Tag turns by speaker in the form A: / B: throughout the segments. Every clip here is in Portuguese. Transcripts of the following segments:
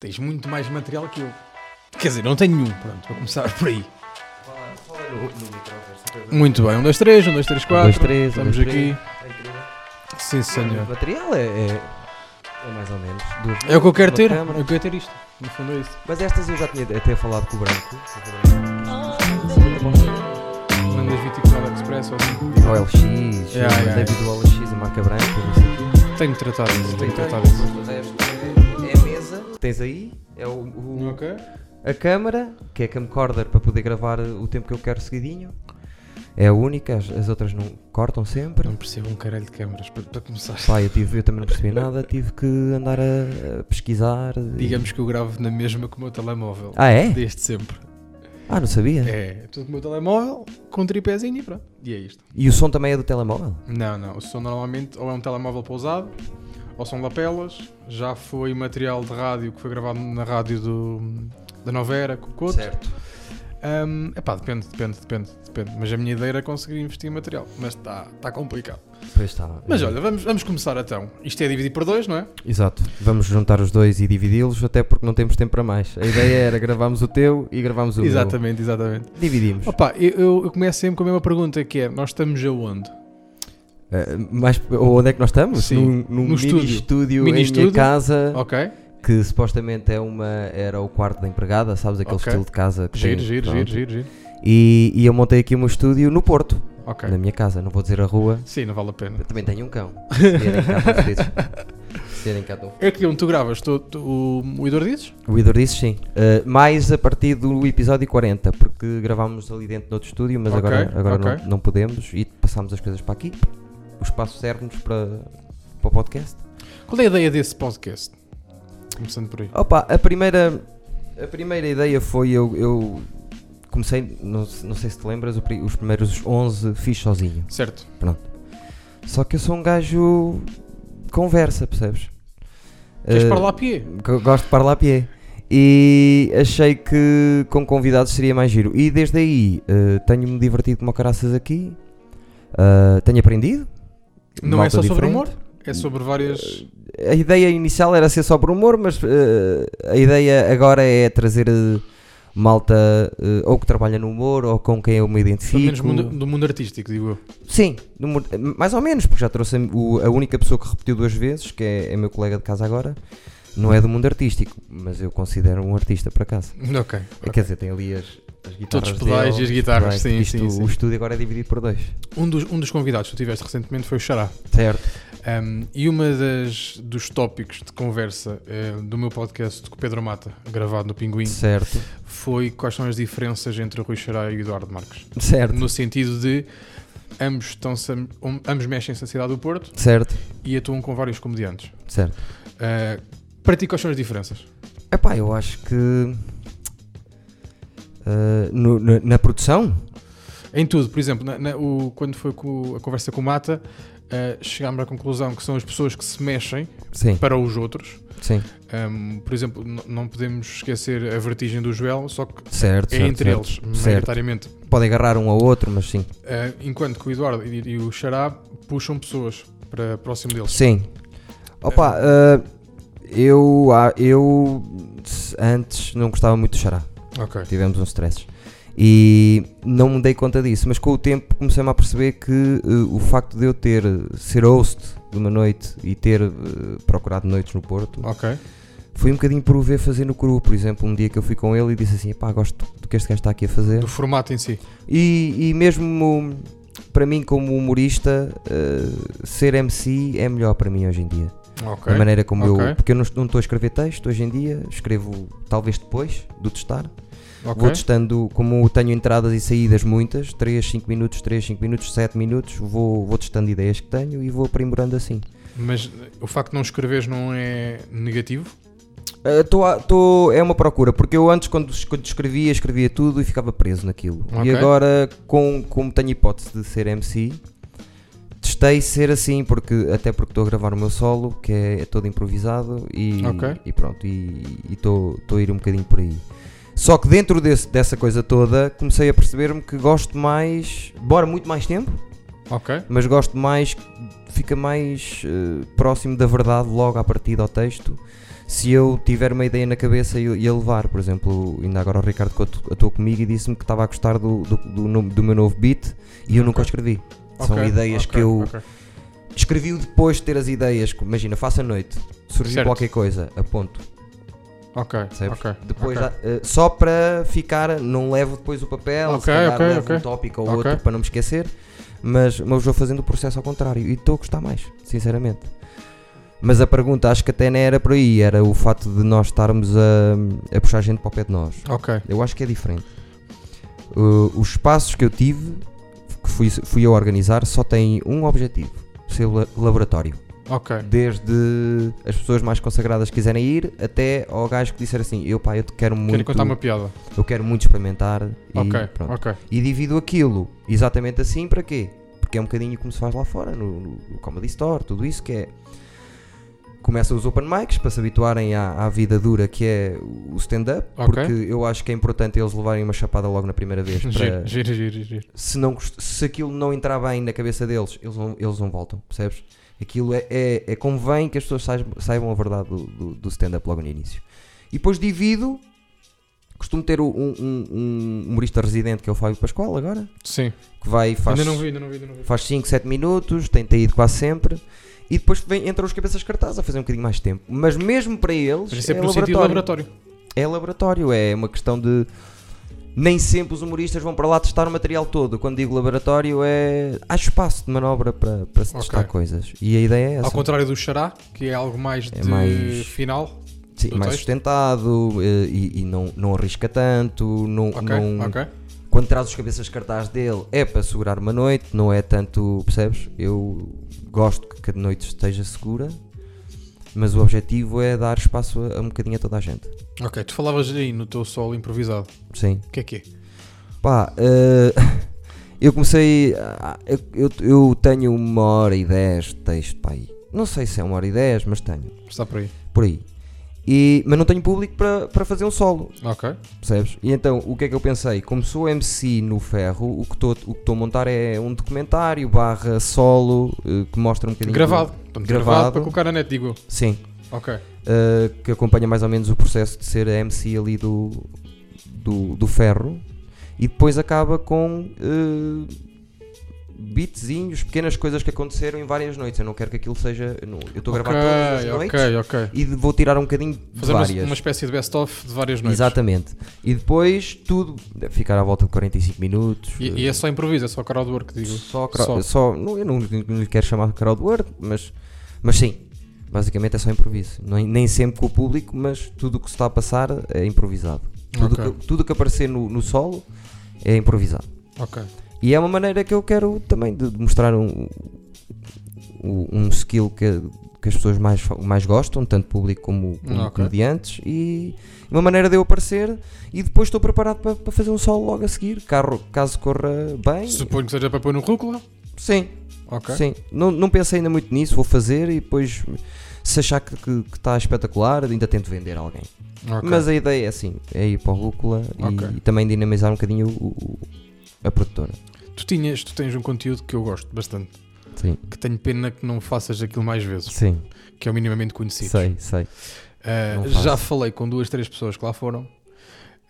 A: Tens muito mais material que eu. Quer dizer, não tenho nenhum, pronto, vou começar por aí.
B: Fala, fala no, no microfone. só para eu ver.
A: Muito bem, um, dois, três, um, dois, três, quatro.
B: dois, três, um,
A: Estamos
B: dois,
A: aqui.
B: É incrível.
A: Sim, senhor.
B: O material é, é, é mais ou menos. Duas
A: É o que eu quero
B: uma
A: ter.
B: câmara.
A: Eu quero ter isto. No fundo é isso.
B: Mas estas eu já tinha até falado com o branco. com o branco.
A: Mandas Viticola Express ou assim.
B: O LX,
A: Yeah,
B: o
A: yeah,
B: David do LX, a marca branca, não sei o quê.
A: Tenho de tratar isso, tenho de tratar isso.
B: Mas é- É a mesa que tens aí, é o, o-
A: Ok.
B: a câmara, que é a camcorder para poder gravar o tempo que eu quero seguidinho. É a única, as, as outras não cortam sempre.
A: Não percebo um caralho de câmaras para, para começar.
B: Pá, eu, tive, eu também não percebi nada, tive que andar a, a pesquisar.
A: Digamos que eu gravo na mesma que o meu telemóvel.
B: Ah, é?
A: Desde sempre.
B: Ah, não sabia?
A: É, tudo com o meu telemóvel, com um tripézinho e pronto. E é isto.
B: E o som também é do telemóvel?
A: Não, não. O som normalmente ou é um telemóvel pousado, ou são lapelas. Já foi material de rádio que foi gravado na rádio do, da Novera, com o Couto.
B: Certo.
A: Hum, epá, depende, depende, depende, depende. Mas a minha ideia era conseguir investir em material. Mas está tá complicado.
B: Pois tá. está.
A: Mas olha, vamos, vamos começar então. Isto é dividir por dois, não é?
B: Exato. Vamos juntar os dois e dividi-los, até porque não temos tempo para mais. A ideia era gravarmos o teu e gravámos o meu.
A: exatamente, exatamente.
B: Dividimos.
A: Opa, eu, eu- eu começo sempre com a mesma pergunta que é: nós estamos aonde?
B: Eh, mas ou onde é que nós estamos?
A: Sim.
B: Num, num
A: No
B: mini
A: estúdio.
B: estúdio,
A: Mini
B: em
A: estúdio.
B: minha casa,
A: Ok?
B: que supostamente é uma, era o quarto da empregada, sabes? Aquele
A: Ok.
B: estilo de casa que
A: Giro,
B: tem,
A: giro,
B: pronto.
A: giro, giro, giro.
B: E, e eu montei aqui o meu estúdio no Porto,
A: Ok.
B: na minha casa. Não vou dizer a rua.
A: Sim, não vale a pena.
B: Eu também tenho um cão. Se vierem cá, estão fodidos. Se vierem cá, estão
A: É que onde tu gravas tu- tu- o, o Idor dizes?
B: O Idor disse sim. Uh, mais a partir do episódio 40, porque gravámos ali dentro do outro estúdio, mas
A: Ok,
B: agora, agora
A: ok.
B: não, não podemos e passámos as coisas para aqui. O espaço serve-nos para, para o podcast.
A: Qual é a ideia desse podcast? Começando por aí.
B: Opa, a primeira, a primeira ideia foi eu, eu comecei, não, se- não sei se te lembras, o pri- os primeiros 11 fiz sozinho.
A: Certo.
B: Só que eu sou um gajo de conversa, percebes?
A: Queres
B: Uh,
A: para lá, Pie?
B: que eu gosto de parlar a pé. E achei que com convidados seria mais giro. E desde aí eh, tenho-me divertido como caraças aqui. Eh, tenho aprendido.
A: Não é
B: Malta
A: só sobre
B: diferente. Eh,
A: humor? É sobre várias.
B: A ideia inicial era ser sobre humor, mas eh, a ideia agora é trazer eh, malta eh, ou que trabalha no humor ou com quem eu me
A: Pelo menos
B: identifico.
A: mundo- do mundo artístico, digo eu.
B: Sim, no mu- mais ou menos, porque já trouxe a, o- a única pessoa que repetiu duas vezes, que é, é meu colega de casa agora. Não é do mundo artístico, mas eu considero um artista para casa.
A: Ok.
B: Quer dizer, tem ali as, as guitarras.
A: Todos os pedais
B: dele,
A: e as guitarras,
B: pedais,
A: sim,
B: porque isto-
A: sim, sim.
B: O estúdio agora é dividido por dois.
A: Um dos, um dos convidados que tu tiveste recentemente foi o Xará.
B: Certo.
A: Um, e uma das dos tópicos de conversa eh, do meu podcast com o Pedro Mata, gravado no Pinguim,
B: Certo.
A: foi quais são as diferenças entre o Rui Xará e o Eduardo Marques.
B: Certo.
A: No sentido de ambos, estão-se a- um- ambos mexem-se na cidade do Porto
B: Certo.
A: e atuam com vários comediantes.
B: Certo.
A: Eh, para ti, quais são as diferenças?
B: Epá, eu acho que. eh, no- na, na produção?
A: Em tudo, por exemplo, na- na- o- quando foi com, a conversa com o Mata, eh, chegámos à conclusão que são as pessoas que se mexem
B: Sim,
A: para os outros.
B: sim.
A: Um, por exemplo, n- não podemos esquecer a vertigem do Joel, só que
B: Certo.
A: é
B: certo,
A: entre
B: certo.
A: eles,
B: Certo.
A: maioritariamente.
B: Podem agarrar um ao outro, mas sim.
A: Eh, enquanto que o Eduardo e, e o Xará puxam pessoas para próximo deles.
B: Sim. Opa, eh, eu, ah, eu s- antes não gostava muito do xará.
A: Ok.
B: tivemos uns stresses. E não me dei conta disso, mas com o tempo comecei-me a perceber que eh, o facto de eu ter eh, ser host de uma noite e ter eh, procurado noites no Porto
A: Ok.
B: foi um bocadinho por o ver fazer no Cru. Por exemplo, um dia que eu fui com ele e disse assim: pá, gosto do que este gajo está aqui a fazer.
A: Do formato em si.
B: E, e mesmo para mim, como humorista, eh, ser MC é melhor para mim hoje em dia.
A: Ok.
B: Da maneira como
A: Ok.
B: eu. Porque eu não não estou a escrever texto hoje em dia, escrevo talvez depois do testar.
A: ok.
B: Vou testando, como tenho entradas e saídas muitas, 3, 5 minutos, 3, 5 minutos, 7 minutos, vou, vou testando ideias que tenho e vou aprimorando assim.
A: Mas eh, o facto de não escreveres não é negativo?
B: Ah, tô a- tô- é uma procura, porque eu antes, quando, es- quando escrevia, escrevia tudo e ficava preso naquilo.
A: Ok.
B: E agora, com, como tenho hipótese de ser MC, testei ser assim, porque, até porque estou a gravar o meu solo, que é, é todo improvisado e,
A: Ok.
B: e pronto, e e estou estou a ir um bocadinho por aí. Só que dentro desse- dessa coisa toda, comecei a perceber-me que gosto mais, bora muito mais tempo,
A: Ok.
B: mas gosto mais, fica mais eh, próximo da verdade logo à partida ao texto. se eu tiver uma ideia na cabeça e, e a levar, por exemplo, ainda agora o Ricardo Couto atuou comigo e disse-me que estava a gostar do, do, do, no- do meu novo beat e eu nunca o escrevi. São
A: Ok,
B: ideias
A: ok,
B: que eu
A: ok.
B: escrevi depois de ter as ideias. Imagina, faço a noite, surgiu
A: Certo.
B: qualquer coisa, aponto.
A: Ok,
B: Percebes?
A: ok.
B: Depois,
A: ok.
B: dá- eh, só para ficar, não levo depois o papel, se
A: Ok,
B: calhar
A: ok,
B: levo
A: ok.
B: um tópico ou
A: Ok.
B: outro para não me esquecer, mas, mas vou fazendo o processo ao contrário e estou a gostar mais, sinceramente. Mas a pergunta acho que até nem era por aí, era o fato de nós estarmos a, a puxar gente para o pé de nós.
A: Ok,
B: Eu acho que é diferente. Uh, os espaços que eu tive, que fui, fui eu a organizar, só têm um objetivo: ser la- laboratório.
A: ok.
B: Desde as pessoas mais consagradas que quiserem ir até ao gajo que disser assim: eu pá, eu te
A: Quero
B: quero muito,
A: contar uma piada.
B: eu quero muito experimentar.
A: ok,
B: e, pronto.
A: ok.
B: e divido aquilo exatamente assim para quê? Porque é um bocadinho como se faz lá fora, no, no no Comedy Store, tudo isso que é. Começa os open mics para se habituarem à, à vida dura que é o stand-up,
A: Ok.
B: porque eu acho que é importante eles levarem uma chapada logo na primeira vez para,
A: Giro, giro, giro, giro.
B: se, não, gost- se aquilo não entrar bem na cabeça deles, eles não, eles não voltam, percebes? Aquilo é, é, é- convém que as pessoas saibam, saibam a verdade do, do, do stand-up logo no início. E depois divido. Costumo ter um, um- um humorista residente que é o Fábio Pascoal agora,
A: Sim.
B: que vai e faz,
A: Ainda não vi, ainda não vi, ainda não vi.
B: faz 5, 7 minutos, tem ido quase sempre. E depois vem, entram os cabeças cartazes a fazer um bocadinho mais de tempo. Mas mesmo para eles,
A: Mas é
B: é
A: sempre no sentido laboratório.
B: é laboratório, é uma questão de. Nem sempre os humoristas vão para lá testar o material todo. Quando digo laboratório, é. Há espaço de manobra para, para se
A: Ok.
B: testar coisas. E a ideia é
A: Ao
B: essa.
A: contrário do xará, que é algo mais
B: É
A: de
B: mais-
A: final.
B: Sim,
A: do
B: mais
A: texto.
B: sustentado eh, e, e não, não arrisca tanto. Não,
A: Ok,
B: não-
A: ok.
B: Quando traz os cabeças de cartaz dele, é para segurar uma noite, não é tanto. Percebes? Eu gosto que a noite esteja segura, mas o objetivo é dar espaço a, a um bocadinho a toda a gente.
A: Ok, tu falavas aí no teu solo improvisado.
B: Sim.
A: O que é que é?
B: Pá, eh, eu comecei. a- Eu, eu, eu tenho uma hora e dez de texto para aí. Não sei se é uma hora e dez, mas tenho.
A: Está por aí.
B: Por aí. E, mas não tenho público para para fazer um solo,
A: Ok.
B: percebes? E então, o que é que eu pensei? Como sou MC no ferro, o que estou o que estou a montar é um documentário barra solo eh, que mostra um bocadinho.
A: Gravado. Portanto,
B: Gravado.
A: gravado para colocar na net, digo. eu.
B: Sim.
A: Ok.
B: Uh, que acompanha mais ou menos o processo de ser a MC ali do, do, do ferro e depois acaba com uh, beatzinhos, pequenas coisas que aconteceram em várias noites. Eu não quero que aquilo seja. eu não- eu estou a gravar todas as
A: Ok,
B: noites
A: ok, ok.
B: e de- vou tirar um bocadinho de
A: Fazer uma,
B: várias.
A: uma espécie de best-of de várias noites.
B: Exatamente. E depois tudo ficar à volta de 45 minutos.
A: E,
B: uh,
A: e é só improviso, é só crowdwork, digo.
B: só, cra-
A: Só.
B: só. não, eu não, não lhe quero chamar crowdword, mas, mas sim, basicamente é só improviso. Nem, nem sempre com o público, mas tudo o que se está a passar é improvisado. Tudo o
A: Ok.
B: que, tudo o que aparecer no, no solo é improvisado.
A: Ok.
B: E é uma maneira que eu quero também de de mostrar um, um um skill que, que as pessoas mais, fa- mais gostam, tanto público como, como
A: Ok.
B: comediantes, e uma maneira de eu aparecer e depois estou preparado para, para fazer um solo logo a seguir, carro, caso corra bem.
A: Suponho que seja para pôr no rúcula.
B: Sim,
A: Ok.
B: Sim, não, não pensei ainda muito nisso, vou fazer e depois se achar que está que, tá espetacular, ainda tento vender a alguém.
A: Ok.
B: Mas a ideia é assim, é ir para o Rúcula e-
A: Ok.
B: e, também dinamizar um bocadinho o- o- a produtora.
A: Tu, tinhas, tu tens um conteúdo que eu gosto bastante.
B: Sim,
A: Que tenho pena que não faças aquilo mais vezes.
B: sim,
A: Que é o minimamente conhecido.
B: sei, sei.
A: Ah,
B: Não
A: já
B: faço.
A: falei com duas, três pessoas que lá foram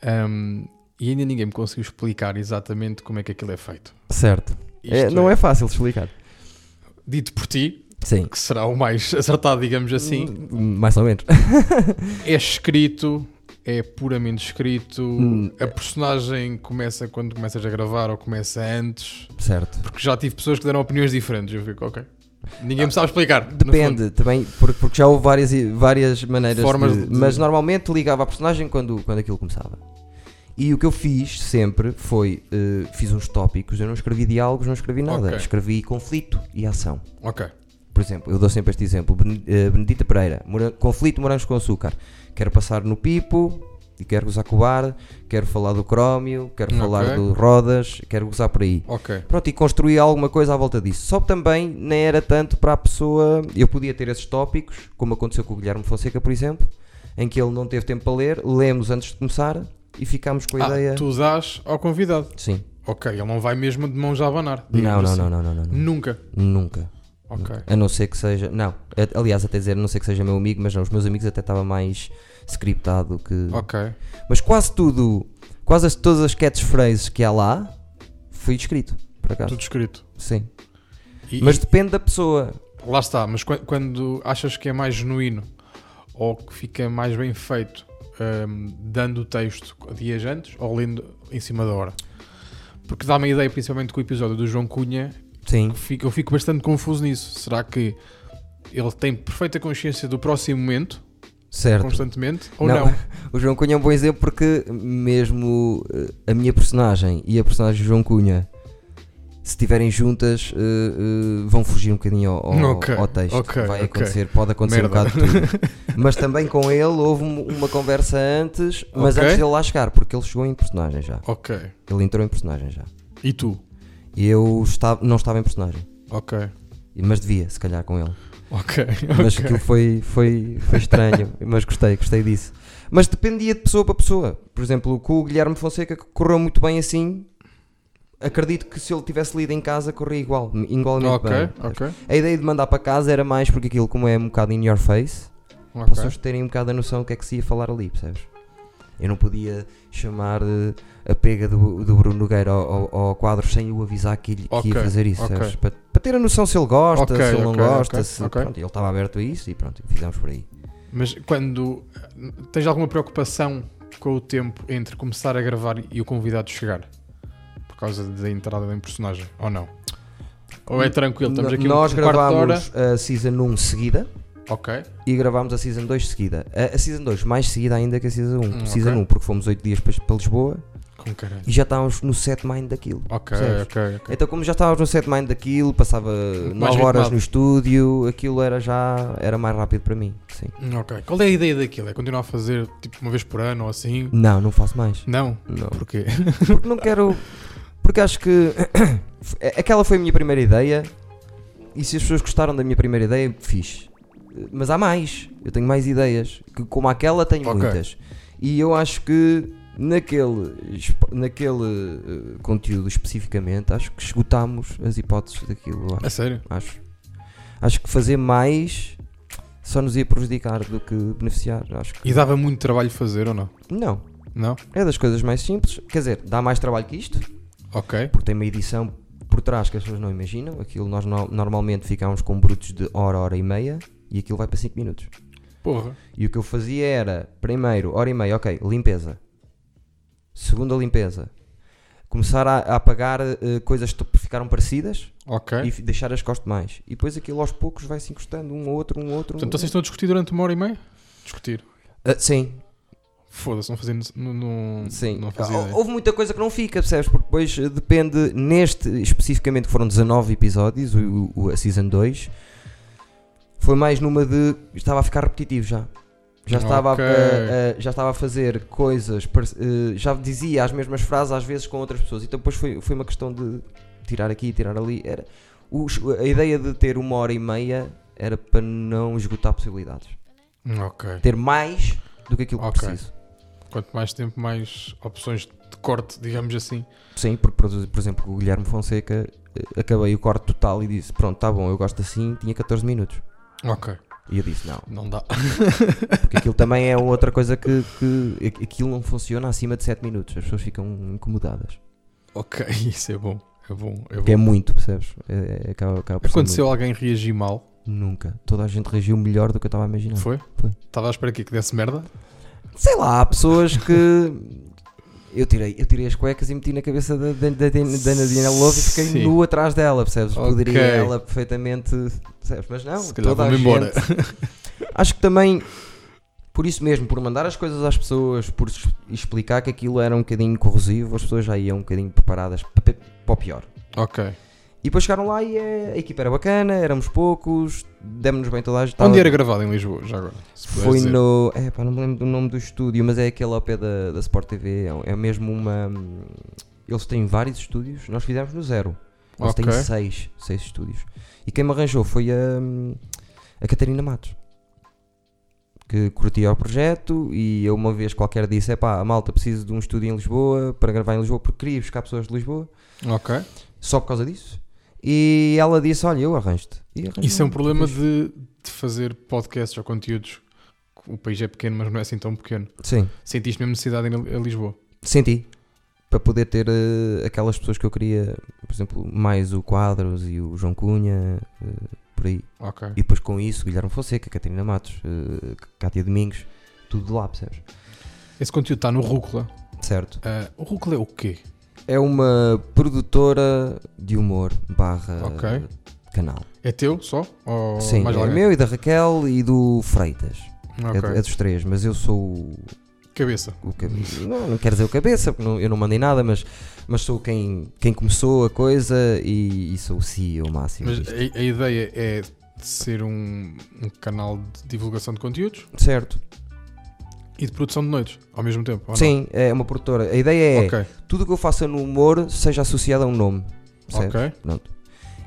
A: ahm, e ainda ninguém me conseguiu explicar exatamente como é que aquilo é feito.
B: Certo.
A: Isto
B: não é fácil explicar.
A: Dito por ti,
B: Sim.
A: que será o mais acertado, digamos
B: Hum.
A: assim,
B: Mais ou menos.
A: é escrito, é puramente escrito.
B: Hum.
A: A personagem começa quando começas a gravar ou começa antes,
B: Certo.
A: porque já tive pessoas que deram opiniões diferentes. Eu fico, ok, ninguém me sabe explicar. no fundo.
B: Depende também, por- porque já houve várias, e- várias maneiras
A: Formas
B: de-
A: de-
B: Mas normalmente ligava a personagem quando, quando aquilo começava. E o que eu fiz sempre foi. eh, fiz uns tópicos, eu não escrevi diálogos, não escrevi nada.
A: Ok.
B: Escrevi conflito e ação.
A: Ok,
B: Por exemplo, eu dou sempre este exemplo: Bene- eh, Benedita Pereira, mora- conflito morangos com açúcar. Quero passar no pipo. E quero gozar com o bar, quero falar do crómio, quero
A: Ok.
B: falar do rodas, quero gozar por aí.
A: ok,
B: Pronto, e construí alguma coisa à volta disso. Só que também nem era tanto para a pessoa. Eu podia ter esses tópicos, como aconteceu com o Guilherme Fonseca, por exemplo, em que ele não teve tempo para ler, lemos antes de começar e ficámos com a
A: ah,
B: ideia.
A: tu dás ao convidado.
B: Sim.
A: Ok, ele não vai mesmo de mãos a abanar.
B: Não,
A: digamos
B: não,
A: assim.
B: não, não, não, não, não.
A: Nunca.
B: Nunca.
A: Ok.
B: A não ser que seja. Não, a- aliás, até dizer, a não ser que seja meu amigo, mas não, os meus amigos até estava mais scriptado que.
A: Ok.
B: Mas quase tudo, quase as- todas as catchphrases que há lá, foi escrito, por acaso.
A: Tudo escrito.
B: Sim.
A: E-
B: Mas depende da pessoa.
A: Lá está, mas quan- quando achas que é mais genuíno ou que fica mais bem feito hum, dando o texto dias antes ou lendo em cima da hora? Porque dá-me a ideia, principalmente com o episódio do João Cunha,
B: Sim.
A: que fico- eu fico bastante confuso nisso. Será que ele tem perfeita consciência do próximo momento,
B: Certo.
A: constantemente, ou
B: Não.
A: não?
B: O João Cunha é um bom exemplo porque mesmo eh, a minha personagem e a personagem do João Cunha, se estiverem juntas, eh, eh, vão fugir um bocadinho ao, ao-
A: Ok,
B: ao texto.
A: ok,
B: Vai
A: ok.
B: acontecer, pode acontecer um
A: Merda.
B: bocado de tudo. Mas também com ele houve um- uma conversa antes, mas
A: Ok.
B: antes dele lá chegar, porque ele chegou em personagem já.
A: Ok.
B: Ele entrou em personagem já.
A: E tu?
B: E eu estava, não estava em personagem.
A: Ok.
B: Mas devia, se calhar, com ele.
A: Ok.
B: Mas
A: ok.
B: aquilo foi, foi, foi estranho. mas gostei, gostei disso. Mas dependia de pessoa para pessoa. Por exemplo, com o Guilherme Fonseca, que correu muito bem assim, acredito que se ele tivesse lido em casa, corria igual, igualmente
A: Ok,
B: bem.
A: ok.
B: A ideia de mandar para casa era mais porque aquilo, como é um bocado in your face, para as
A: Ok.
B: pessoas terem um bocado a noção do que é que se ia falar ali, percebes? Eu não podia chamar eh, a pega do, do Bruno Nogueira ao, ao- ao quadro sem o avisar que, lhe, que
A: Ok,
B: ia fazer isso,
A: ok.
B: percebes? Para, para ter a noção se ele gosta,
A: Ok,
B: se ele não
A: ok,
B: gosta,
A: ok,
B: se,
A: ok.
B: pronto, ele estava aberto a isso e pronto, fizemos por aí.
A: Mas quando tens alguma preocupação com o tempo entre começar a gravar e o convidado chegar? Por causa da entrada em personagem, ou não? Ou é tranquilo? Estamos
B: No-
A: aqui
B: Nós
A: um quarto de hora.
B: gravámos a Season 1 seguida
A: Ok,
B: e gravámos a Season 2 seguida. A, a Season 2 mais seguida ainda que a Season 1.
A: Hum,
B: season
A: ok.
B: 1 porque fomos 8 dias para, para Lisboa
A: com caralho.
B: e já estávamos no set mind daquilo.
A: Ok,
B: Percebes?
A: ok, ok.
B: Então, como já estávamos no set mind daquilo, passava
A: mais
B: 9 horas
A: ritmado.
B: no estúdio, aquilo era já era mais rápido para mim. Sim.
A: Ok. Qual é a ideia daquilo? É continuar a fazer tipo uma vez por ano ou assim?
B: Não, não faço mais.
A: Não.
B: Não.
A: Porquê?
B: Porque não quero. Porque acho que. é, Aquela foi a minha primeira ideia. E se as pessoas gostaram da minha primeira ideia, fiz. Mas há mais. Eu tenho mais ideias. Que, como aquela, tenho
A: Ok.
B: muitas. E eu acho que naquele, esp- naquele eh, conteúdo especificamente, acho que esgotámos as hipóteses daquilo. eu acho.
A: A sério?
B: Acho. Acho que fazer mais só nos ia prejudicar do que beneficiar. Acho que.
A: E dava muito trabalho fazer ou não?
B: Não.
A: Não?
B: É das coisas mais simples. Quer dizer, dá mais trabalho que isto,
A: Ok.
B: porque tem uma edição por trás que as pessoas não imaginam. Aquilo nós no- normalmente ficámos com brutos de hora, hora e meia, e aquilo vai para 5 minutos.
A: Porra.
B: E o que eu fazia era, primeiro, hora e meia, ok, limpeza. Segunda limpeza. Começar a, a apagar eh, coisas que ficaram parecidas
A: Ok.
B: e fi- deixar as costas mais. E depois aquilo aos poucos vai se encostando um ao outro, um ao outro. um
A: Portanto,
B: ao
A: vocês estão a discutir durante uma hora e meia? Discutir.
B: outro. Ah, sim,
A: Foda-se, não fazia. Não, não,
B: Sim, Ah, oh,
A: não fazia
B: Hou-
A: ideia.
B: houve muita coisa que não fica, percebes? Porque depois eh, depende, neste especificamente, que foram 19 episódios, o, o- a Season 2, foi mais numa de. estava a ficar repetitivo já. Já estava, a-
A: Ok.
B: a, a- já estava a fazer coisas, parec- eh, já dizia as mesmas frases às vezes com outras pessoas. Então depois foi, foi uma questão de tirar aqui, tirar ali. Era, os- a ideia de ter uma hora e meia era para não esgotar possibilidades. oh.
A: Ok.
B: Ter mais do que aquilo que
A: Ok.
B: preciso.
A: Quanto mais tempo, mais opções de corte, digamos assim.
B: Sim, porque por, por exemplo com o Guilherme Fonseca eh, acabei o corte total e disse, pronto, tá bom, eu gosto assim, tinha 14 minutos.
A: Ok,
B: E eu disse, não,
A: não dá.
B: porque aquilo também é outra coisa que, que aqu- aquilo não funciona acima de 7 minutos, as pessoas ficam incomodadas.
A: Ok, isso é bom. É bom, é
B: Porque é
A: bom.
B: muito, percebes? É, é- acaba, acaba por ser
A: Aconteceu alguém reagir mal?
B: muito. Nunca. Toda a gente reagiu melhor do que eu estava a imaginar.
A: Foi?
B: Foi.
A: Estava à espera que que desse merda?
B: Sei lá, há pessoas que. Eu tirei, eu tirei as cuecas e meti na cabeça da, da, da, da, da Nadina Love e fiquei
A: Sim.
B: nu atrás dela, percebes?
A: Ok.
B: Poderia ela perfeitamente. Percebes? Mas não,
A: Se calhar
B: toda a
A: vou-me embora.
B: gente- Acho que também, por isso mesmo, por mandar as coisas às pessoas, por es- explicar que aquilo era um bocadinho corrosivo, as pessoas já iam um bocadinho preparadas pa- pa- para o pior.
A: Ok.
B: E depois chegaram lá e eh, a equipa era bacana, éramos poucos, demos-nos bem toda a gente.
A: Onde
B: tava-
A: era Um gravado em Lisboa, já agora? se puderes
B: foi
A: Tipo, dizer.
B: no. É, pá, não me lembro do nome do estúdio, mas é aquele ao pé da, da Sport TV. é um- É, mesmo uma. Eles têm vários estúdios, nós fizemos no zero. Eles
A: Ok.
B: têm seis, seis estúdios. E quem me arranjou foi a, a Catarina Matos. Que curtia o projeto e eu uma vez qualquer disse: é pá, malta, preciso de um estúdio em Lisboa para gravar em Lisboa porque queria buscar pessoas de Lisboa
A: Ok,
B: só por causa disso. E ela disse: Olha, eu arranjo-te. E arranjo-me
A: Isso é um problema
B: fixe.
A: de, de fazer podcasts ou conteúdos. O país é pequeno, mas não é assim tão pequeno.
B: Sim,
A: Sentiste mesmo necessidade em a Lisboa.
B: senti. Para poder ter eh, aquelas pessoas que eu queria, por exemplo, mais o Quadros e o João Cunha, eh, por aí.
A: Ok.
B: E depois com isso, Guilherme Fonseca, Catarina Matos, eh, Cátia Domingos, tudo lá, percebes?
A: Esse conteúdo está no Rúcula.
B: Certo.
A: Ah, o Rúcula é o quê?
B: É uma produtora de humor barra
A: Ok.
B: canal.
A: É teu só? Ou
B: Sim,
A: mais
B: é
A: alguém?
B: meu e da Raquel e do Freitas. É,
A: Ok.
B: do- é dos três, mas eu sou o-
A: Cabeça.
B: o, cabeça. não, não quero dizer o cabeça, porque não- eu não mandei nada, mas, mas sou quem, quem começou a coisa e, e sou o CEO máximo.
A: Mas
B: disto.
A: a, a ideia é de ser um, um canal de divulgação de conteúdos
B: Certo.
A: e de produção de noites ao mesmo tempo. ou não?
B: Sim, é uma produtora. A ideia é
A: Ok,
B: tudo o que eu faça no humor seja associado a um nome. Certo?
A: ok.
B: Pronto.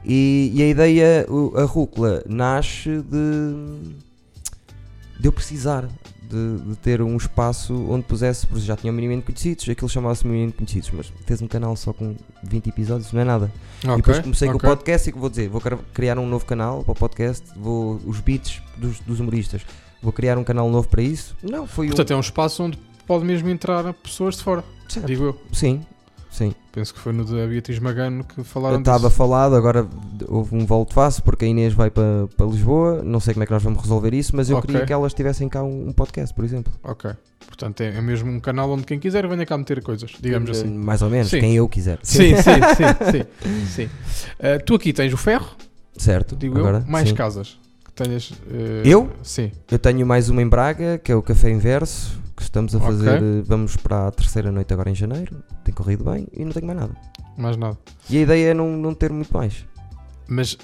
B: E, e a ideia, o- a rúcula, nasce de, de eu precisar de, de ter um espaço onde pusesse, porque já tinha o Minimamente Conhecidos, aquilo chamava-se Minimamente Conhecidos, mas tens um canal só com 20 episódios, não é nada.
A: ok,
B: e depois comecei com
A: ok.
B: o podcast e que vou dizer, vou cra- criar um novo canal para o podcast, vou os beats dos, dos humoristas, vou criar um canal novo para isso. Não, foi o.
A: Portanto, é um espaço onde pode mesmo entrar pessoas de fora,
B: Certo.
A: digo eu.
B: Sim, sim.
A: Penso que foi no da Beatriz Magano que falaram
B: Estava
A: disso.
B: falado, agora houve um volto fácil porque a Inês vai para, para Lisboa. Não sei como é que nós vamos resolver isso, mas eu
A: Ok.
B: queria que elas tivessem cá um, um podcast, por exemplo.
A: Ok. Portanto, é, é mesmo um canal onde quem quiser venha cá meter coisas, digamos
B: Eh,
A: assim.
B: Mais ou menos,
A: Sim.
B: quem eu quiser.
A: Sim, sim, sim, sim. sim. Ah, tu aqui tens o ferro,
B: Certo,
A: digo
B: agora.
A: eu, mais
B: sim.
A: casas que tenhas. eh,
B: Eu?
A: Sim.
B: Eu tenho mais uma em Braga, que é o Café Inverso, que estamos a
A: Ok.
B: fazer. eh, Vamos para a terceira noite agora em janeiro. Tem corrido bem e não tenho mais nada.
A: Mais nada.
B: E a ideia é não, não ter muito mais.
A: Mas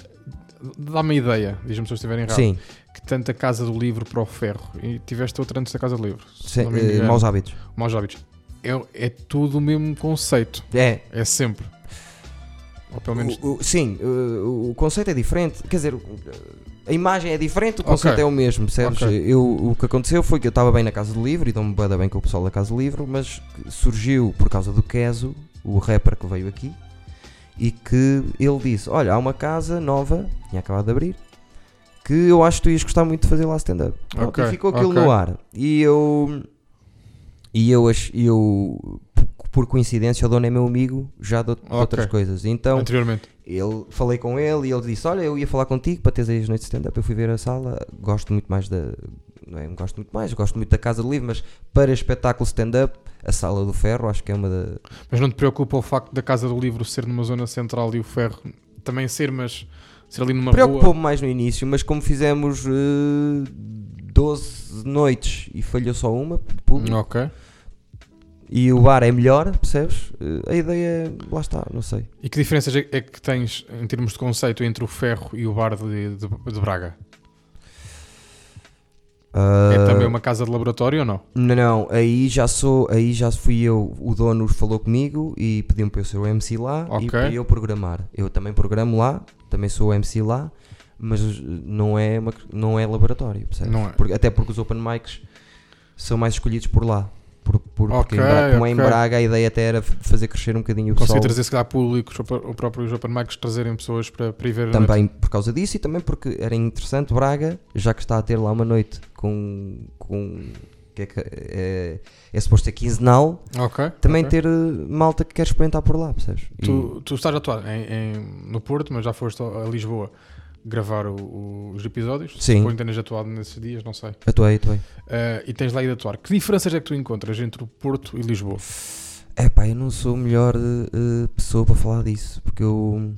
A: dá-me a ideia, diz-me se eu estiver errado,
B: Sim,
A: que tanto a Casa do Livro para o Ferro e tiveste outra antes da Casa do Livro. se
B: sim
A: não me
B: eh,
A: engano.
B: maus hábitos.
A: Maus hábitos. É, é tudo o mesmo conceito.
B: É,
A: É sempre. Ou pelo menos.
B: O- o- sim, o, o conceito é diferente. Quer dizer, o- a imagem é diferente, o
A: Ok.
B: conceito é o mesmo, percebes?
A: Ok.
B: Eu, o que aconteceu foi que eu estava bem na Casa do Livro e dou-me bué da bem com o pessoal da Casa do Livro, mas surgiu por causa do Keso, o rapper que veio aqui, e que ele disse: Olha, há uma casa nova, tinha acabado de abrir, que eu acho que tu ias gostar muito de fazer lá stand-up. Pronto,
A: Ok,
B: E ficou aquilo
A: ok.
B: no ar. E eu. E eu, ach- e eu por- por coincidência, o dono é meu amigo já de out- de outras
A: Ok.
B: coisas. Então,
A: anteriormente.
B: ele, falei com ele e ele disse: Olha, eu ia falar contigo para teres aí as noites de stand-up. Eu fui ver a sala, gosto muito mais da. Não é? Gosto muito mais, gosto muito da Casa do Livro, mas para espetáculo stand-up, a Sala do Ferro, acho que é uma da.
A: Mas não te preocupa o facto da Casa do Livro ser numa zona central e o Ferro também ser, mas ser ali numa rua.
B: Preocupou-me mais no início, mas como fizemos eh, 12 noites e falhou só uma, público,
A: Ok.
B: e o bar é melhor, percebes? Eh, a ideia, lá está, não sei.
A: E que diferenças é é que tens em termos de conceito entre o ferro e o bar de, de, de Braga? É
B: Ah,
A: também uma casa de laboratório ou não?
B: Não, não, aí já sou, aí já fui eu, o dono falou comigo e pediu-me para eu ser o MC lá
A: Ok.
B: e para eu programar. Eu também programo lá, também sou o MC lá, mas eh, não é, uma- não é laboratório, percebes?
A: Não é.
B: Porque- até porque os open mics são mais escolhidos por lá. Por, por, porque
A: Ok,
B: em Braga, como é em
A: ok.
B: Braga, a ideia até era f- fazer crescer um bocadinho o
A: Consegui
B: pessoal.
A: trazer, se calhar, público, os op- os próprios open mics trazerem pessoas para, para ir ver. a noite.
B: Também por causa disso e também porque era interessante Braga, já que está a ter lá uma noite com. com que é, que- é, é suposto ser quinzenal,
A: Ok.
B: também Hum.
A: ok.
B: ter eh, malta que quer experimentar por lá, percebes? E-
A: Tu, tu estás a atuar em, em- no Porto, mas já foste a a Lisboa gravar o- o- os episódios.
B: Sim.
A: Suponho que tenhas atuado nesses dias, não sei.
B: Atuei, atuei.
A: Ah, e tens lá ido atuar. Que diferenças é que tu encontras entre o Porto e Lisboa?
B: É pá, eu não sou a melhor eh, eh, pessoa para falar disso, porque eu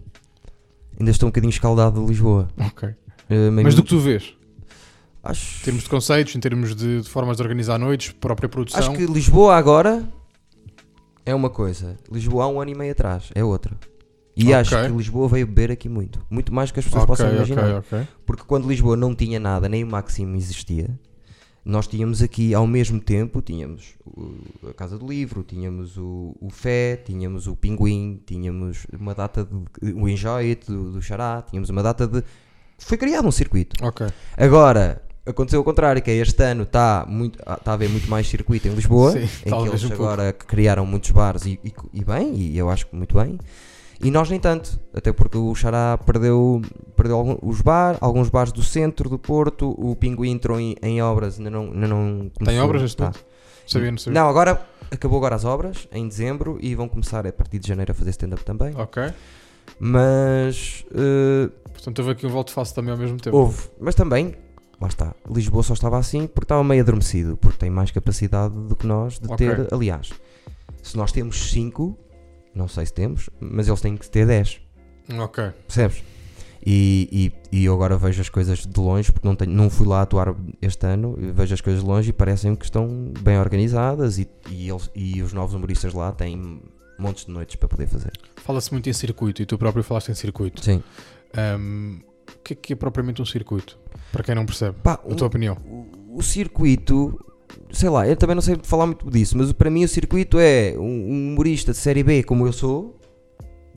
B: ainda estou um bocadinho escaldado de Lisboa.
A: Ok.
B: Eh,
A: Mas do que tu vês, em
B: acho,
A: termos de conceitos, em termos de, de formas de organizar noites, própria
B: acho
A: produção.
B: que Lisboa agora é uma coisa, Lisboa há um ano e meio atrás é outra. E
A: Ok.
B: acho que Lisboa veio beber aqui muito, muito mais que as pessoas
A: Ok,
B: possam
A: ok,
B: imaginar.
A: ok.
B: Porque quando Lisboa não tinha nada, nem o Maximo existia, nós tínhamos aqui ao mesmo tempo, tínhamos o- a Casa do Livro, tínhamos o, o Fé, tínhamos o Pinguim, tínhamos uma data de o Enjoy It do, do Xará, tínhamos uma data de. Foi criado um circuito.
A: Ok.
B: Agora, aconteceu o contrário, que é este ano está muito- ah, está a haver muito mais circuito em Lisboa,
A: Sim,
B: em que
A: talvez
B: eles
A: um pouco.
B: agora criaram muitos bares e, e- e bem, e eu acho que muito bem. E nós nem tanto, até porque o Xará perdeu, perdeu algum- os bar, alguns bares do centro do Porto, o Pinguim entrou em, em obras, ainda não, ainda não começou.
A: obras este
B: Tá.
A: ano? Sabia, não sabia.
B: Não, agora acabou agora as obras em dezembro e vão começar a partir de janeiro a fazer stand-up também.
A: Ok.
B: Mas eh,
A: Portanto, houve aqui um volto face também ao mesmo tempo.
B: houve, mas também, lá está, Lisboa só estava assim porque estava meio adormecido, porque tem mais capacidade do que nós de
A: Ok.
B: ter, aliás. Se nós temos 5, não sei se temos, mas eles têm que ter 10.
A: Ok.
B: Percebes? E, e, e eu agora vejo as coisas de longe, porque não, tenho, não fui lá atuar este ano, e vejo as coisas de longe e parecem que estão bem organizadas e, e, eles, e os novos humoristas lá têm montes de noites para poder fazer.
A: Fala-se muito em circuito e tu próprio falaste em circuito.
B: Sim.
A: Ahm, o que é que é propriamente um circuito? Para quem não percebe,
B: Pá,
A: na tua opinião.
B: o, o circuito, sei lá, eu também não sei falar muito disso, mas para mim o circuito é um, um humorista de série B como eu sou,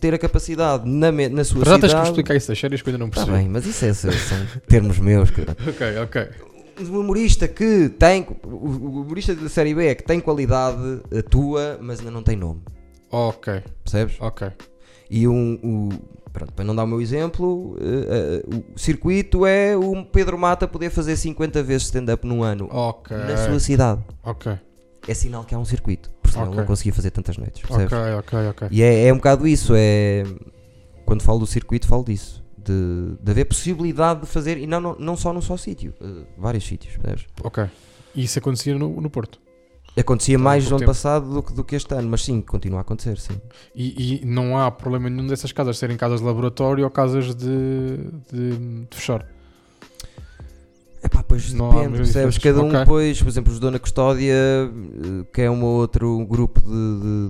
B: ter a capacidade na, me- na sua
A: Para já tens que me
B: cidade...
A: explicar isso das séries que eu ainda não
B: Está
A: percebi.
B: bem, mas isso é, são termos meus, cara.
A: Ok, ok.
B: um humorista que tem o o humorista da série B é que tem qualidade atua mas ainda não tem nome
A: Ok,
B: percebes
A: ok.
B: e um o- pronto para não dar o meu exemplo eh, eh, o circuito é o Pedro Mata poder fazer 50 vezes stand-up num ano
A: Ok.
B: na sua cidade
A: Ok,
B: é sinal que há um circuito porque senão
A: Ok.
B: não conseguia fazer tantas noites percebes
A: ok, ok, ok.
B: e é, é um bocado isso é quando falo do circuito falo disso de, de haver possibilidade de fazer e não, não, não só num só sítio eh, vários sítios percebes
A: Ok. E isso acontecia no, no Porto.
B: Acontecia
A: Então,
B: mais
A: pouco
B: no ano
A: tempo.
B: passado do que, do que este ano, mas sim, continua a acontecer, sim.
A: E, e não há problema nenhum dessas casas serem casas de laboratório ou casas de, de, de fechar.
B: Epá, pois
A: Não há
B: depende,
A: muitas
B: percebes?
A: diferenças.
B: Cada um
A: Ok.
B: depois, por exemplo, os Dona Custódia, eh, que é um outro grupo de,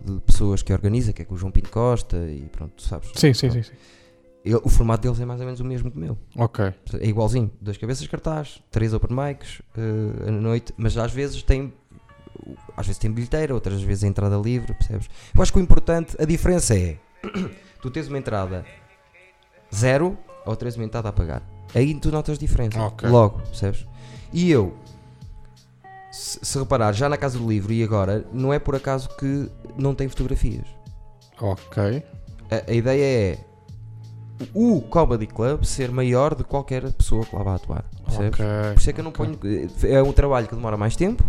B: de- de pessoas que organiza, que é com o João Pinto Costa e pronto, tu sabes.
A: Sim, sim, sim, sim.
B: Ele- o formato deles é mais ou menos o mesmo que o meu.
A: Ok.
B: É igualzinho, duas cabeças de cartaz, três open mics eh, à noite, mas às vezes tem às vezes tem bilheteira, outras vezes é entrada livre, percebes? Eu acho que o importante, a diferença é tu tens uma entrada zero ou tens uma entrada a pagar. Aí tu notas diferença.
A: Ok.
B: Logo, percebes? E eu, se, se reparar, já na Casa do Livro e agora, não é por acaso que não tem fotografias.
A: Ok.
B: A, a ideia é o Comedy Club ser maior de qualquer pessoa que lá vá atuar. Percebes?
A: Ok.
B: Por isso é que eu não ponho. É um trabalho que demora mais tempo,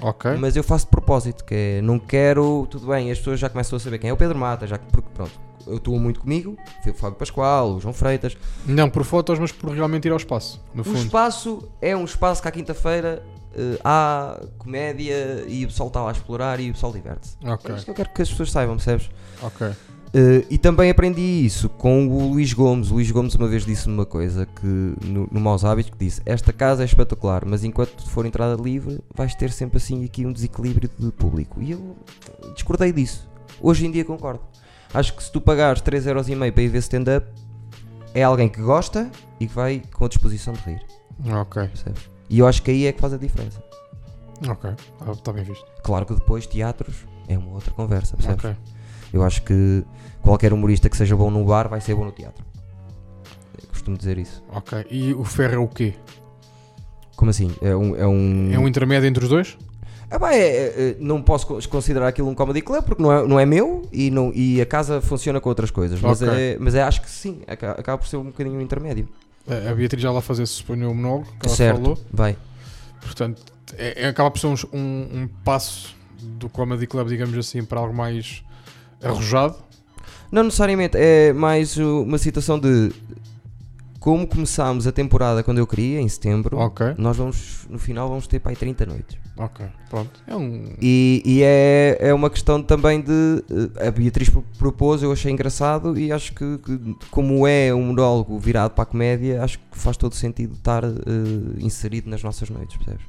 A: Ok.
B: mas eu faço de propósito, que é não quero. Tudo bem, as pessoas já começam a saber quem é o Pedro Mata, já que- porque pronto, eu estou muito comigo, o Fábio Pascoal, o João Freitas.
A: Não por fotos, mas por realmente ir ao espaço, no
B: O
A: fundo.
B: espaço é um espaço que à quinta-feira eh, há comédia e o pessoal está lá a explorar e o pessoal diverte-se.
A: Ok,
B: É isto que eu quero que as pessoas saibam, percebes?
A: ok.
B: Eh, e também aprendi isso com o Luís Gomes. O Luís Gomes uma vez disse-me uma coisa que no, no Maus Hábitos que disse: Esta casa é espetacular, mas enquanto for entrada livre, vais ter sempre assim aqui um desequilíbrio de público. E eu discordei disso. Hoje em dia concordo. Acho que se tu pagares 3,5€ para ir ver stand-up, é alguém que gosta e que vai com a disposição de rir.
A: Ok,
B: Percebes? E eu acho que aí é que faz a diferença.
A: ok. Está bem visto.
B: Claro que depois teatros é uma outra conversa, percebes?
A: Ok.
B: Eu acho que qualquer humorista que seja bom no bar vai ser bom no teatro. Eu costumo dizer isso.
A: Ok. E o ferro é o quê?
B: Como assim? É um. É um...
A: É um intermédio entre os dois?
B: Ah, pá, é- é- é- não posso co- considerar aquilo um comedy club porque não é, não é meu e, não, e a casa funciona com outras coisas. Mas,
A: Ok.
B: é, mas é, acho que sim, aca- acaba por ser um bocadinho intermédio. É
A: A a Beatriz já lá fazia, suponho, o monólogo que ela
B: certo.
A: falou.
B: Bem,
A: Portanto, é, é- acaba por ser uns- um, um passo do Comedy Club, digamos assim, para algo mais arrojado.
B: não necessariamente, é mais uh, uma situação de como começámos a temporada quando eu queria, em setembro.
A: Ok,
B: Nós vamos, no final, vamos ter para aí 30 noites.
A: ok. Pronto. É um.
B: E, e é, é uma questão também de. eh, A Beatriz pro- propôs, eu achei engraçado e acho que, que como é um monólogo virado para a comédia, acho que faz todo sentido estar eh, inserido nas nossas noites, percebes?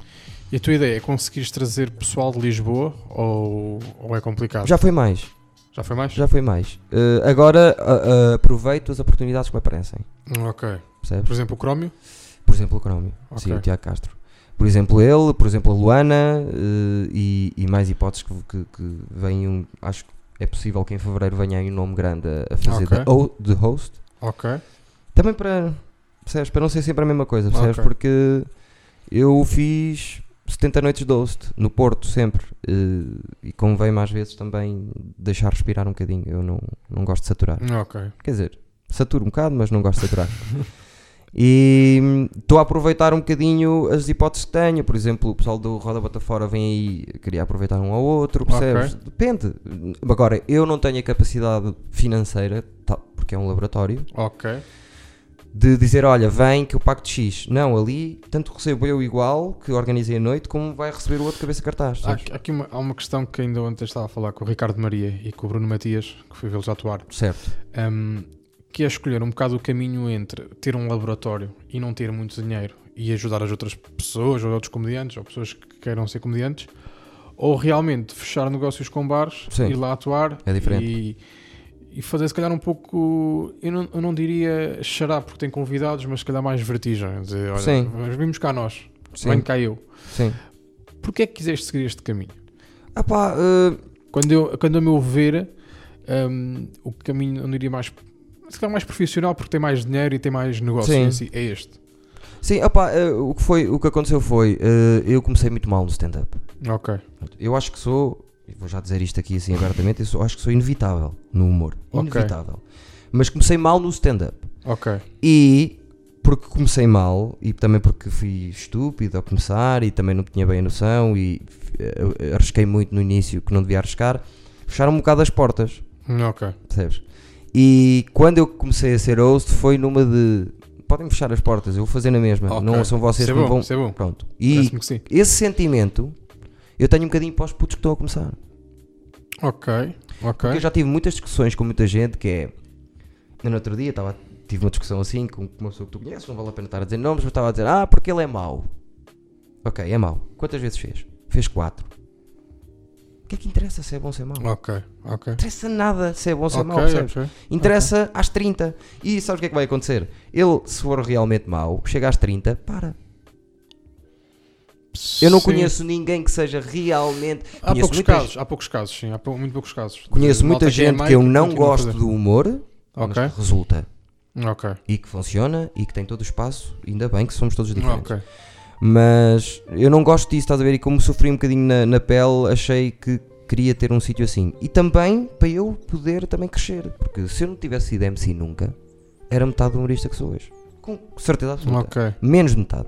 A: E a tua ideia é conseguires trazer pessoal de Lisboa ou, ou é complicado?
B: Já foi mais,
A: Já foi mais?
B: já foi mais. Eh, agora ah, ah, aproveito as oportunidades que me aparecem,
A: Hum, Ok. Por
B: percebes?
A: exemplo, o Crómio?
B: Por exemplo, o Crómio,
A: Ok.
B: sim, o Tiago Castro. Por exemplo, ele, por exemplo, a Luana eh, e, e mais hipóteses que, que, que venham. Acho que é possível que em fevereiro venha aí um nome grande a, a fazer
A: Ok.
B: de ho- de host.
A: Ok.
B: Também para, percebes? Para não ser sempre a mesma coisa, percebes?
A: Ok.
B: Porque eu fiz 70 noites de host, no Porto, sempre. eh, e convém mais vezes também deixar respirar um bocadinho. Eu não, não gosto de saturar.
A: Ok.
B: Quer dizer, saturo um bocado, mas não gosto de saturar. e hum, estou a aproveitar um bocadinho as hipóteses que tenho. Por exemplo, o pessoal do Roda Bota Fora vem aí, queria aproveitar um ao outro, percebes? Depende. Agora, eu não tenho a capacidade financeira, tá, porque é um laboratório,
A: Ok.
B: de dizer, olha, vem que eu pago de X. Não, ali, tanto recebo eu igual, que organizei a noite, como vai receber o outro cabeça cartaz.
A: Há
B: sabes?
A: aqui- aqui uma, há uma questão que ainda ontem estava a falar com o Ricardo Maria e com o Bruno Matias, que fui vê-los atuar,
B: Certo.
A: hum, que é escolher um bocado o caminho entre ter um laboratório e não ter muito dinheiro e ajudar as outras pessoas ou outros comediantes ou pessoas que queiram ser comediantes, ou realmente fechar negócios com bares,
B: Sim.
A: ir lá atuar
B: É diferente.
A: E, e fazer se calhar um pouco, eu não, eu não diria xará porque tem convidados, mas se calhar mais vertigem. Dizer, olha,
B: Sim.
A: mas vimos cá nós,
B: Sim.
A: venho cá eu.
B: Sim.
A: Porquê é que quiseste seguir este caminho?
B: Ah pá, eh,
A: Quando, eu, quando a meu ver, hum, o caminho onde iria mais, se calhar mais profissional, porque tem mais dinheiro e tem mais negócio
B: Sim.
A: em si, é este.
B: sim, ah pá, eh, o, que foi, o que aconteceu foi, eh, eu comecei muito mal no stand-up.
A: Ok.
B: Pronto, Eu acho que sou, e vou já dizer isto aqui assim abertamente, eu sou- acho que sou inevitável no humor.
A: Ok.
B: Inevitável. Mas comecei mal no stand-up.
A: Ok.
B: E porque comecei mal, e também porque fui estúpido ao começar, e também não tinha bem a noção, e eh, arrisquei muito no início que não devia arriscar, fecharam um bocado as portas,
A: Ok.
B: percebes? E quando eu comecei a ser host foi numa de. Podem fechar as portas, eu vou fazer na mesma.
A: Ok.
B: Não são vocês
A: Isso é
B: que me
A: bom,
B: vão.
A: isso é bom.
B: Pronto. E
A: Parece-me que sim.
B: esse sentimento eu tenho um bocadinho para os putos que estão a começar.
A: Ok.
B: Porque
A: Ok.
B: eu já tive muitas discussões com muita gente que é. Eu no outro dia estava, tive uma discussão assim com uma pessoa que tu conheces, não vale a pena estar a dizer nomes, mas estava a dizer, ah, porque ele é mau. Ok, é mau. Quantas vezes fez? Fez quatro. O que é que interessa se é bom ou se é mau? Não
A: Ok. Ok.
B: interessa nada se é bom ou se é mau,
A: Ok,
B: percebes?
A: ok.
B: Interessa às 30. E sabes o que é que vai acontecer? Ele, se for realmente mau, chega às 30, para. Eu não
A: Sim.
B: conheço ninguém que seja realmente.
A: Há
B: conheço
A: poucos
B: muita
A: casos, há poucos casos, sim. Há pou- muito poucos casos.
B: Conheço
A: Malta
B: muita
A: é
B: gente
A: meio
B: que eu não
A: continua a
B: gosto
A: fazer.
B: do humor, mas
A: Ok.
B: que resulta.
A: Ok.
B: E que funciona e que tem todo o espaço, ainda bem que somos todos diferentes.
A: Ah, Ok.
B: Mas eu não gosto disso, estás a ver? E como sofri um bocadinho na, na pele, achei que queria ter um sítio assim. E também para eu poder também crescer. Porque se eu não tivesse sido MC nunca, era metade do humorista que sou hoje. Com certeza absoluta.
A: Ok.
B: Menos de metade.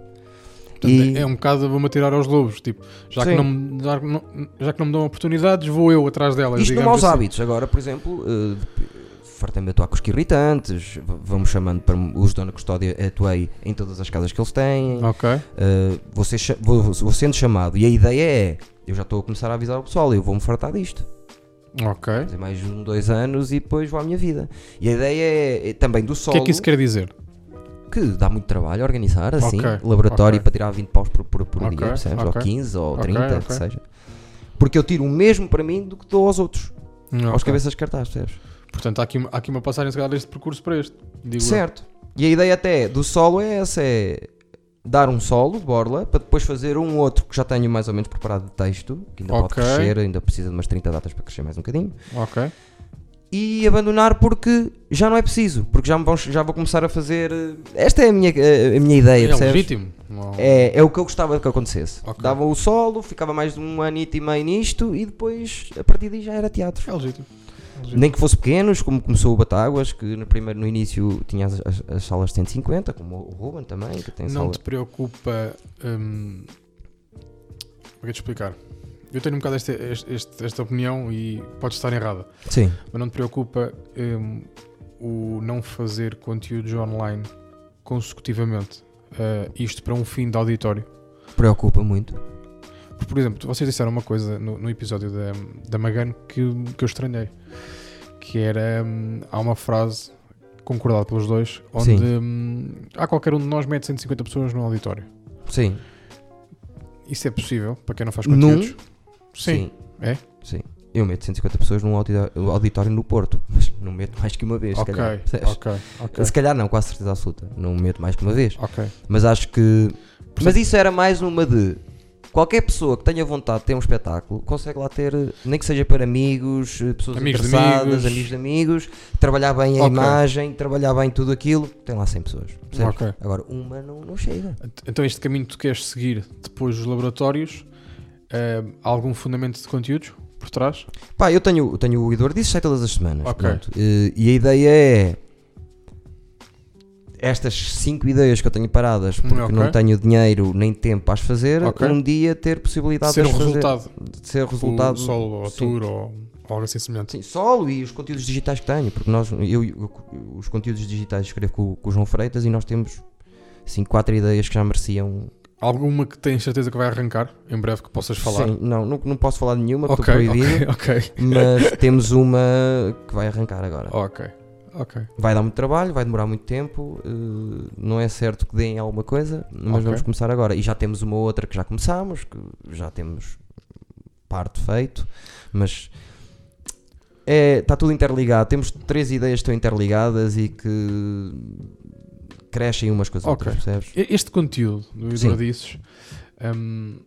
A: Portanto,
B: E-
A: É um bocado, vou-me atirar aos lobos. Tipo, já que,
B: Sim.
A: não, me- já, que não- já que não me dão oportunidades, vou eu atrás delas.
B: Isto é no
A: digamos
B: maus
A: assim.
B: hábitos. Agora, por exemplo, eh, fartei-me de atuar com os irritantes, v- vamos chamando para os Dona Custódia, atuei em todas as casas que eles têm.
A: Ok.
B: Uh, vou, ser cha- vou- vou sendo chamado. E a ideia é: eu já estou a começar a avisar o pessoal, eu vou-me fartar disto.
A: Ok.
B: Fazer mais um, dois anos e depois vou à minha vida. E a ideia é, é também do
A: O
B: solo,
A: que é que isso quer dizer?
B: que dá muito trabalho organizar, assim,
A: Ok,
B: laboratório
A: ok.
B: para tirar 20 paus por, por, por
A: Ok,
B: dia, percebes?
A: ok.
B: Ou 15 ou
A: Ok,
B: 30,
A: ok.
B: que seja. Porque eu tiro o mesmo para mim do que dou aos outros, aos
A: Ok.
B: cabeças de cartaz, percebes?
A: Portanto, há aqui, há aqui uma passagem, se calhar, deste percurso para este. Digo eu.
B: Certo. E a ideia até do solo é essa, é dar um solo, borla, para depois fazer um outro que já tenho mais ou menos preparado de texto, que ainda
A: Ok.
B: pode crescer, ainda precisa de umas 30 datas para crescer mais um bocadinho,
A: Ok. É
B: e abandonar porque já não é preciso, porque já, me vão, já vou começar a fazer... eh, Esta é a minha, eh, a minha ideia,
A: É
B: percebes?
A: legítimo. Não-
B: É, é o que eu gostava que acontecesse.
A: Ok.
B: Dava o solo, ficava mais de um ano e meio nisto e depois, a partir daí, já era teatro.
A: É legítimo. É legítimo.
B: Nem que fosse pequenos, como começou o Batáguas, que no, primeiro, no início tinha as, as- as salas de 150, como o Ruben também, que tem
A: Não
B: sala.
A: te preocupa. hum, Como é que é de explicar? Eu tenho um bocado este- este- este- esta opinião e pode estar errada.
B: Sim,
A: Mas não te preocupa hum, o não fazer conteúdos online consecutivamente? Uh, isto para um fim de auditório?
B: preocupa muito.
A: Porque, por exemplo, vocês disseram uma coisa no, no episódio da, da Magan que, que eu estranhei. Que era. hum, há uma frase concordada pelos dois onde
B: Sim.
A: hum, há qualquer um de nós mete 150 pessoas num auditório.
B: Sim,
A: Isso é possível para quem não faz
B: Num?
A: conteúdos? Sim.
B: sim.
A: É?
B: Sim. Eu meto 150 pessoas num audita- auditório no Porto, mas não meto mais que uma vez,
A: Ok,
B: se calhar. percebes?
A: ok, ok.
B: Se calhar não, com a certeza absoluta. Não meto mais que uma vez.
A: Ok.
B: Mas acho que. Mas isso era mais uma de. Qualquer pessoa que tenha vontade de ter um espetáculo consegue lá ter, eh, nem que seja para amigos, eh, pessoas
A: Amigos de
B: interessadas,
A: amigos.
B: amigos de amigos, trabalhar bem a
A: Ok.
B: imagem, trabalhar bem tudo aquilo. Tem lá 100 pessoas. percebes?
A: Ok.
B: Agora, uma não, não chega.
A: Ent- Então, este caminho que tu queres seguir depois dos laboratórios, eh, há algum fundamento de conteúdos por trás?
B: Pá, eu tenho, eu tenho o Eduardo, isso sai todas as semanas.
A: Ok.
B: pronto. Eh, E, a ideia é. Estas cinco ideias que eu tenho paradas porque
A: Ok.
B: não tenho dinheiro nem tempo para as fazer,
A: Ok.
B: um dia ter possibilidade
A: Ser
B: de
A: um
B: as fazer,
A: resultado,
B: de ser
A: resultado
B: resultado
A: solo ou
B: sim.
A: tour ou algo assim semelhante.
B: Sim, solo e os conteúdos digitais que tenho, porque nós, eu, eu- os conteúdos digitais escrevo com, o- com o João Freitas e nós temos assim, quatro ideias que já mereciam.
A: Alguma que tens certeza que vai arrancar em breve que possas falar?
B: Sim, não, não, não posso falar de nenhuma porque
A: Ok,
B: estou proibido,
A: ok, ok,
B: mas temos uma que vai arrancar agora.
A: ok, ok.
B: Vai dar muito trabalho, vai demorar muito tempo, eh, não é certo que deem alguma coisa, mas
A: Ok.
B: vamos começar agora. E já temos uma outra que já começámos, que já temos parte feito, mas está tudo interligado. Temos três ideias que estão interligadas e que crescem umas com as
A: Ok.
B: outras, percebes?
A: E- Este conteúdo do
B: Sim.
A: Eduardices hum,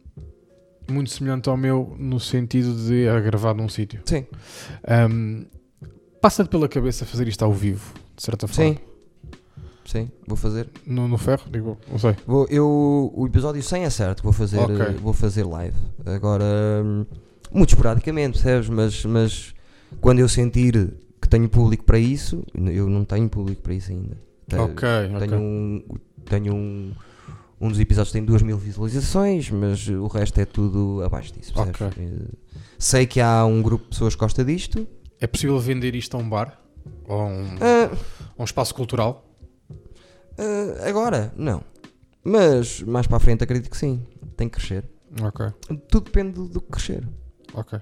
A: muito semelhante ao meu no sentido de é gravado num sítio.
B: Sim,
A: Hum, Passa-te pela cabeça fazer isto ao vivo, de certa forma.
B: sim, sim, vou fazer.
A: No, no ferro, digo, não sei.
B: Vou- eu, o episódio 100 é certo, vou fazer,
A: Ok.
B: vou fazer live. Agora, hum, muito esporadicamente, percebes? Mas, mas quando eu sentir que tenho público para isso, eu não tenho público para isso ainda. Te-
A: ok, ok.
B: Tenho, um, tenho um, um dos episódios que tem 2 mil visualizações, mas o resto é tudo abaixo disso, percebes? Eh, Sei que há um grupo de pessoas que gosta disto.
A: É possível vender isto a um bar? Ou a um,
B: Ah,
A: a um espaço cultural?
B: ah, agora, não. Mas mais para a frente acredito que sim. Tem que crescer.
A: Ok,
B: Tudo depende do- do que crescer.
A: ok.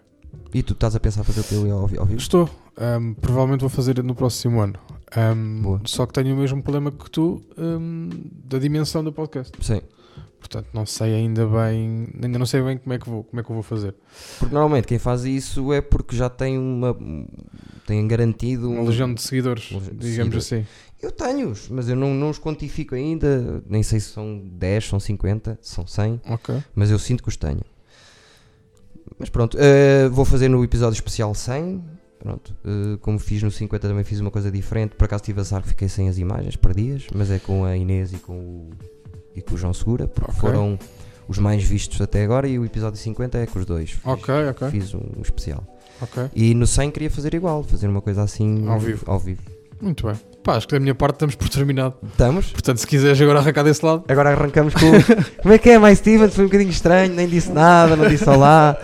B: E tu estás a pensar fazer o teu ao, vi- ao vivo?
A: Estou. Hum, provavelmente vou fazer no próximo ano. Hum,
B: Boa.
A: só que tenho o mesmo problema que tu hum, da dimensão do podcast.
B: Sim.
A: Portanto, não sei ainda bem, ainda não sei bem como é que vou, como é que eu vou fazer.
B: Porque normalmente quem faz isso é porque já tem uma. tem garantido.
A: Uma
B: um-
A: legião de seguidores,
B: Uma legião de
A: digamos assim.
B: Eu tenho-os, mas eu não, não os quantifico ainda. Nem sei se são 10, são 50, são 100,
A: assim. Ok.
B: mas eu sinto que os tenho. Mas pronto, eh, vou fazer no episódio especial 100. Pronto, eh, como fiz no 50 também fiz uma coisa diferente. Por acaso tive azar que fiquei sem as imagens, perdias, mas é com a Inês e com o, e com o João Segura, porque
A: Ok.
B: foram os mais vistos até agora. E o episódio 50 é com os dois. Fiz-
A: Ok, ok,
B: fiz um especial.
A: ok.
B: E no 100 queria fazer igual, fazer uma coisa assim
A: Ao vivo.
B: Ao vivo.
A: Muito bem. Pá, acho que da minha parte estamos por terminado.
B: Estamos?
A: Portanto, se quiseres agora arrancar desse lado,
B: Agora arrancamos com. Como é que é, mais Stevens? Foi um bocadinho estranho, nem disse nada, não disse olá.